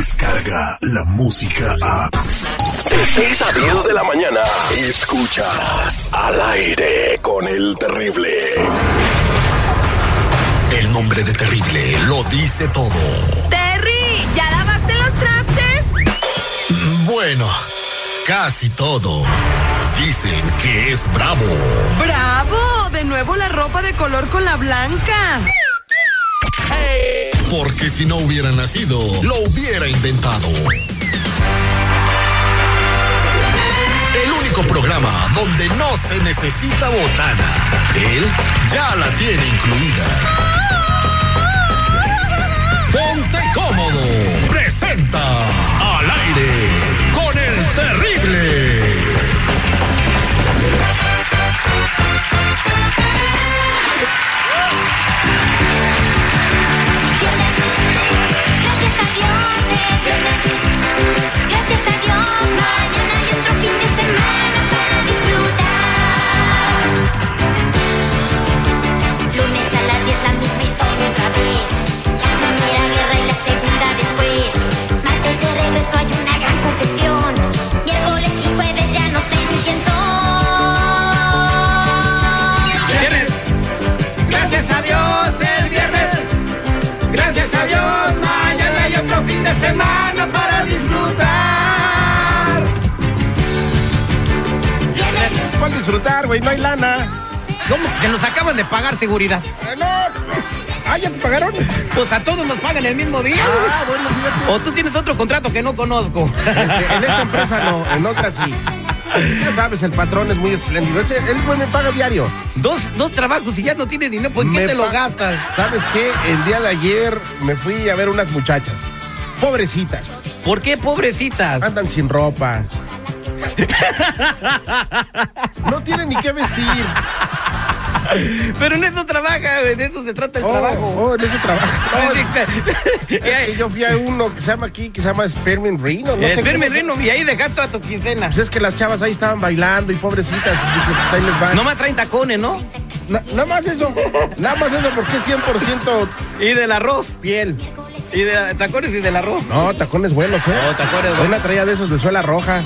Escucha la música a. De 6 a 10 de la mañana. Escuchas al aire con el terrible. El nombre de terrible lo dice todo. Terry, ¿ya lavaste los trastes? Bueno, casi todo. Dicen que es bravo. ¡Bravo! De nuevo la ropa de color con la blanca. Porque si no hubiera nacido, lo hubiera inventado. El único programa donde no se necesita botana. Él ya la tiene incluida. Ponte cómodo. Presenta al aire con el terrible. Gracias a Dios es viernes. Gracias a Dios mañana hay otro fin de semana para disfrutar. Lunes a las 10 la misma historia otra vez. La primera guerra y la segunda después. Martes de regreso hay una gran congestión. Miércoles y jueves ya no sé ni quién soy. Viernes. Gracias a Dios es viernes. Gracias a Dios mañana hay otro fin de semana para disfrutar. ¿Cuál disfrutar, güey? No hay lana. ¿Cómo? Se nos acaban de pagar seguridad. Eh, No. Ah, ya te pagaron. Pues a todos nos pagan el mismo día. Ah, bueno, fíjate. O tú tienes otro contrato que no conozco. En esta empresa no, en otra sí. Ya sabes, el patrón es muy espléndido. Ese- Él güey, me paga diario. Dos, dos trabajos y ya no tienes dinero, pues ¿en Me qué te lo pa- gastas? ¿Sabes qué? El día de ayer me fui a ver unas muchachas. Pobrecitas. ¿Por qué pobrecitas? Andan sin ropa. No tienen ni qué vestir. Pero en eso trabaja, de eso se trata el Oh, trabajo. oh, en ese trabajo. No, Es decir, es que yo fui a uno que se llama aquí, que se llama Spermin Reno. No sé El cómo verme se- reno y ahí dejar toda tu quincena. Pues es que las chavas ahí estaban bailando y pobrecitas. pues dije, pues ahí les van. No más traen tacones, ¿no? Na- nada más eso. Nada más eso porque es 100% Y del arroz. piel. Y de tacones y del arroz. No, tacones buenos, ¿eh? No, tacones buenos. Una traía de esos de suela roja.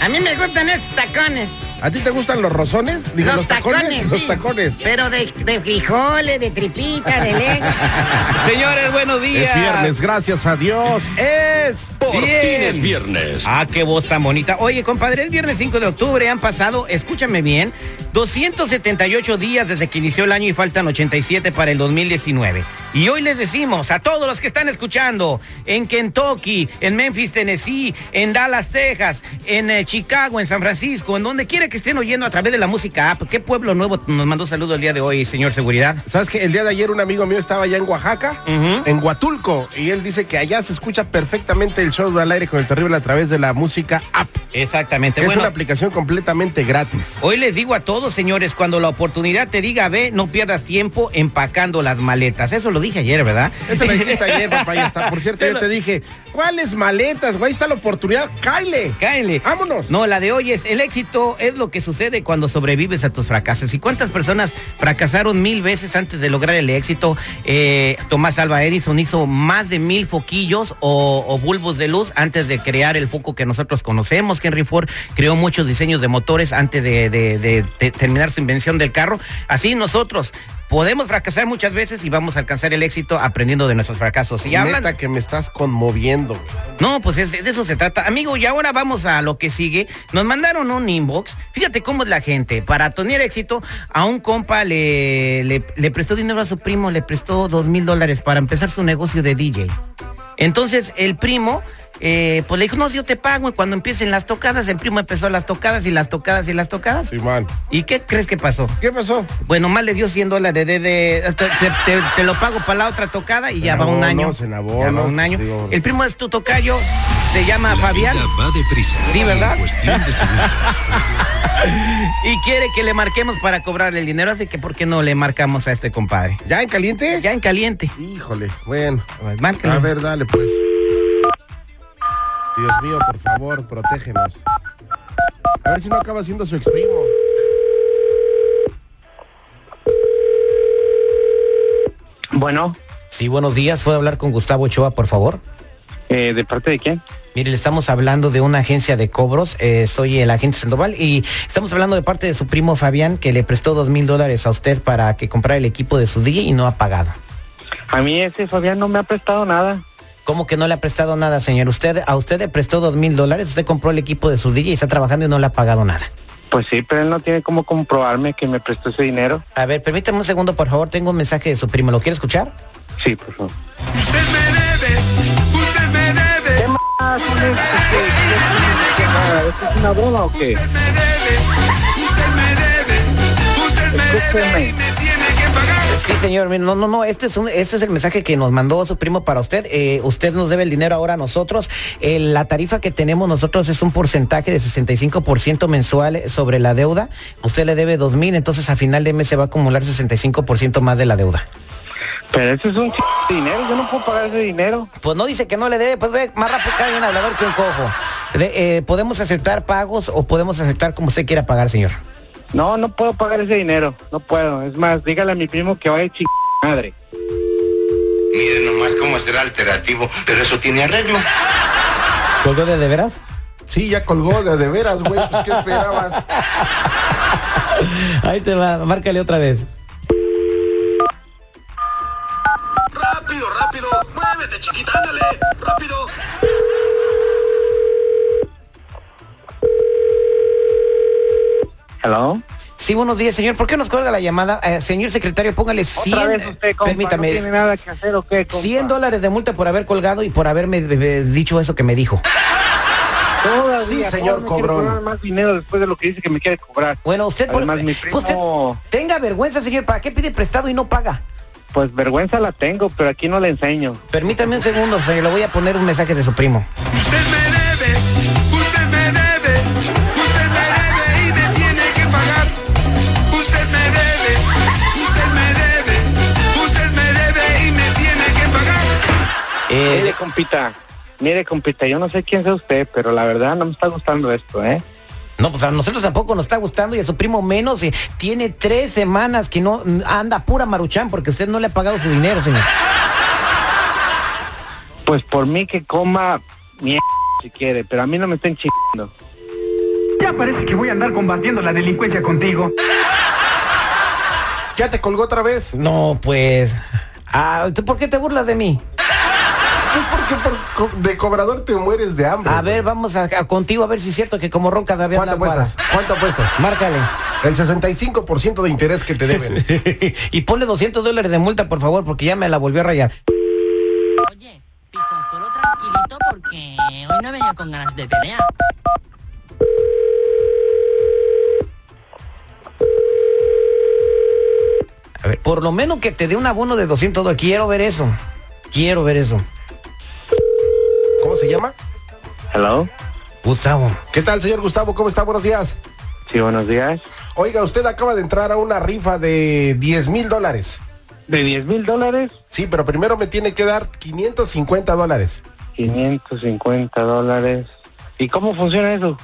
A mí me gustan esos tacones. ¿A ti te gustan los rozones? Digo, los, tacones, sí. Los tacones. Pero de, de frijoles, de tripita, de lengua. Señores, buenos días. Es viernes, gracias a Dios. Es. Por Bien. fin es viernes. Ah, qué voz tan bonita. Oye, compadre, es viernes 5 de octubre, han pasado, escúchame bien, 278 días desde que inició el año y faltan 87 para el 2019. Y hoy les decimos a todos los que están escuchando en Kentucky, en Memphis, Tennessee, en Dallas, Texas, en eh, Chicago, en San Francisco, en donde quiera que estén oyendo a través de la música app, ¿qué pueblo nuevo nos mandó saludos el día de hoy, señor seguridad? ¿Sabes que El día de ayer un amigo mío estaba allá en Oaxaca, Ujú. en Huatulco, y él dice que allá se escucha perfectamente el show de al aire con el terrible a través de la música app. Exactamente. es bueno, una aplicación completamente gratis. Hoy les digo a todos, señores, cuando la oportunidad te diga ve, no pierdas tiempo empacando las maletas. Eso lo dije ayer, ¿verdad? Eso me dijiste ayer, papá, ya está. Por cierto, Te yo lo- te dije, ¿cuáles maletas, güey? Ahí está la oportunidad, cáele. Cáele. Vámonos. No, la de hoy es el éxito es lo que sucede cuando sobrevives a tus fracasos. ¿Y cuántas personas fracasaron mil veces antes de lograr el éxito? Eh, Tomás Alba Edison hizo más de mil foquillos o, o bulbos de luz antes de crear el foco que nosotros conocemos. Henry Ford creó muchos diseños de motores antes de, de- de- de terminar su invención del carro. Así nosotros podemos fracasar muchas veces y vamos a alcanzar el éxito aprendiendo de nuestros fracasos. Y hablan- Neta que me estás conmoviendo. güey. no, pues es- de eso se trata. Amigo, y ahora vamos a lo que sigue. Nos mandaron un inbox. Fíjate cómo es la gente. Para tener éxito, a un compa le, le, le prestó dinero a su primo, le prestó dos mil dólares para empezar su negocio de DJ. Entonces el primo, eh, pues le dijo, no, si yo te pago. Y cuando empiecen las tocadas, el primo empezó las tocadas y las tocadas y las tocadas. Simón. ¿Y qué crees que pasó? ¿Qué pasó? Bueno, más le dio 100 dólares de... de- te, te- te lo pago para la otra tocada y ya va un abonos, año. en abonos, ya va un año. digo- El primo es tu tocayo, se llama Fabián va deprisa. Sí, ¿verdad? En cuestión de segundos. y quiere que le marquemos para cobrarle el dinero, así que ¿por qué no le marcamos a este compadre? ¿Ya en caliente? Ya en caliente. Híjole, bueno. Márquenle. A ver, dale pues. Dios mío, por favor, protégenos. A ver si no acaba siendo su ex primo. Bueno, Sí, buenos días. ¿Puedo hablar con Gustavo Ochoa, por favor? Eh, ¿De parte de quién? Mire, le estamos hablando de una agencia de cobros. eh, soy el agente Sandoval y estamos hablando de parte de su primo Fabián que le prestó dos mil dólares a usted para que comprara el equipo de su DJ y no ha pagado. A mí ese Fabián no me ha prestado nada. ¿Cómo que no le ha prestado nada, señor? Usted a usted le prestó dos mil dólares, usted compró el equipo de su DJ y está trabajando y no le ha pagado nada. Pues sí, pero él no tiene cómo comprobarme que me prestó ese dinero. A ver, permítame un segundo, por favor. Tengo un mensaje de su primo. ¿Lo quiere escuchar? Sí, por favor. Usted me debe, usted me debe, ¿Es una broma o me qué? debe, usted me debe, usted me debe y me tiene que pagar. Sí, señor. mire, No, no, no. Este es, un, este es el mensaje que nos mandó su primo para usted. Eh, usted nos debe el dinero ahora a nosotros. Eh, la tarifa que tenemos nosotros es un porcentaje de 65% mensual sobre la deuda. Usted le debe dos mil, entonces a final de mes se va a acumular 65% más de la deuda. Pero ese es un ch... de dinero, yo no puedo pagar ese dinero. Pues no dice que no le dé, pues ve, más rápido cae un hablador que un cojo. De- eh, podemos aceptar pagos o podemos aceptar como usted quiera pagar, señor. No, no puedo pagar ese dinero, no puedo. Es más, dígale a mi primo que vaya ch... madre. Miren nomás cómo será alternativo, pero eso tiene arreglo. ¿Colgó de, de veras? Sí, ya colgó de, de veras, güey. Pues, ¿Qué esperabas? Ahí te va, márcale otra vez. Rápido, rápido, muévete, chiquita, ándale, rápido. ¿Hello? Sí, buenos días, señor. ¿Por qué nos cuelga la llamada? Eh, señor secretario, póngale 100. ¿Otra vez usted, compa? permítame. ¿No tiene nada que hacer o qué, compa? 100 dólares de multa por haber colgado y por haberme be- be- dicho eso que me dijo. Todavía, Sí, ¿cómo señor me quiere cobrón. cobrar más dinero después de lo que dice que me quiere cobrar. Bueno, usted, por- Además, mi usted primo- tenga vergüenza, señor. ¿Para qué pide prestado y no paga? Pues vergüenza la tengo, pero aquí no la enseño. Permítame un segundo, señor. Le voy a poner un mensaje de su primo. Usted me debe, usted me debe, usted me debe y me tiene que pagar. Usted me debe, usted me debe, usted me debe y me tiene que pagar. Eh, Mire, compita, mire, compita, yo no sé quién sea usted, pero la verdad no me está gustando esto, ¿eh? No, pues a nosotros tampoco nos está gustando y a su primo menos. eh, tiene tres semanas que no mm, anda pura maruchán porque usted no le ha pagado su dinero, señor. Pues por mí que coma mierda si quiere, pero a mí no me estén chingando. Ya parece que voy a andar combatiendo la delincuencia contigo. Ya te colgó otra vez. No, pues. Ah, ¿tú ¿Por qué te burlas de mí? Pues porque por co- de cobrador te mueres de hambre. A ver, vamos a, a contigo a ver si es cierto que como roncas había ¿Cuánto apuestas? ¿Cuánto apuestas? Márcale. El 65% de interés que te deben. y ponle 200 dólares de multa, por favor, porque ya me la volvió a rayar. Oye, pichón, solo tranquilito porque hoy no venía con ganas de pelear. A ver, por lo menos que te dé un abono de 200 dólares. Quiero ver eso. Quiero ver eso. ¿Cómo se llama? ¿Hello? Gustavo. ¿Qué tal, señor Gustavo? ¿Cómo está? Buenos días. Sí, buenos días. Oiga, usted acaba de entrar a una rifa de 10 mil dólares. ¿De 10 mil dólares? Sí, pero primero me tiene que dar 550 dólares. 550 dólares. ¿Y cómo funciona eso?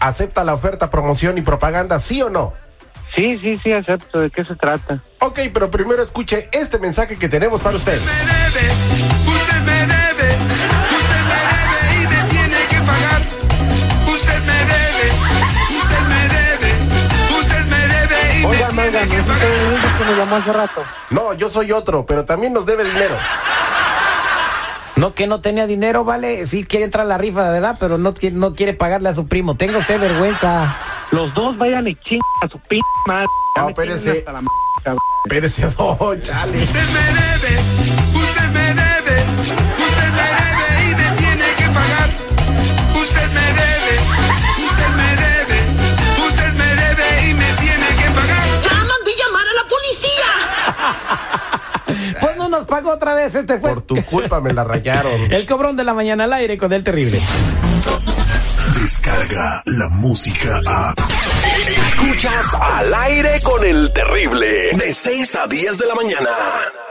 ¿Acepta la oferta, promoción y propaganda, sí o no? Sí, sí, sí, acepto. ¿De qué se trata? Ok, pero primero escuche este mensaje que tenemos para usted. me debe, usted me debe, usted me debe y me tiene que pagar. Usted me debe, usted me debe, usted me debe y me Oiga, tiene manga, que ¿no pagar. es usted el que me llamó hace rato? No, yo soy otro, pero también nos debe dinero. No que no tenía dinero, vale. Sí quiere entrar a la rifa, ¿verdad? Pero no, qui- no quiere pagarle a su primo. Tenga usted vergüenza. Los dos vayan y chingan a su p*** madre. Ya No, me tienen espérese. hasta la m- cabrón. Espérese, no, chale. Usted me debe, usted me debe, usted me debe y me tiene que pagar. Usted me debe, usted me debe, usted me debe y me tiene que pagar. ¡Ya mandé llamar a la policía! Pues no nos pagó otra vez. Este fue Por tu culpa me la rayaron. el cobrón de la mañana al aire con el terrible. Descarga la música a. Escuchas al aire con el terrible de 6 a 10 de la mañana.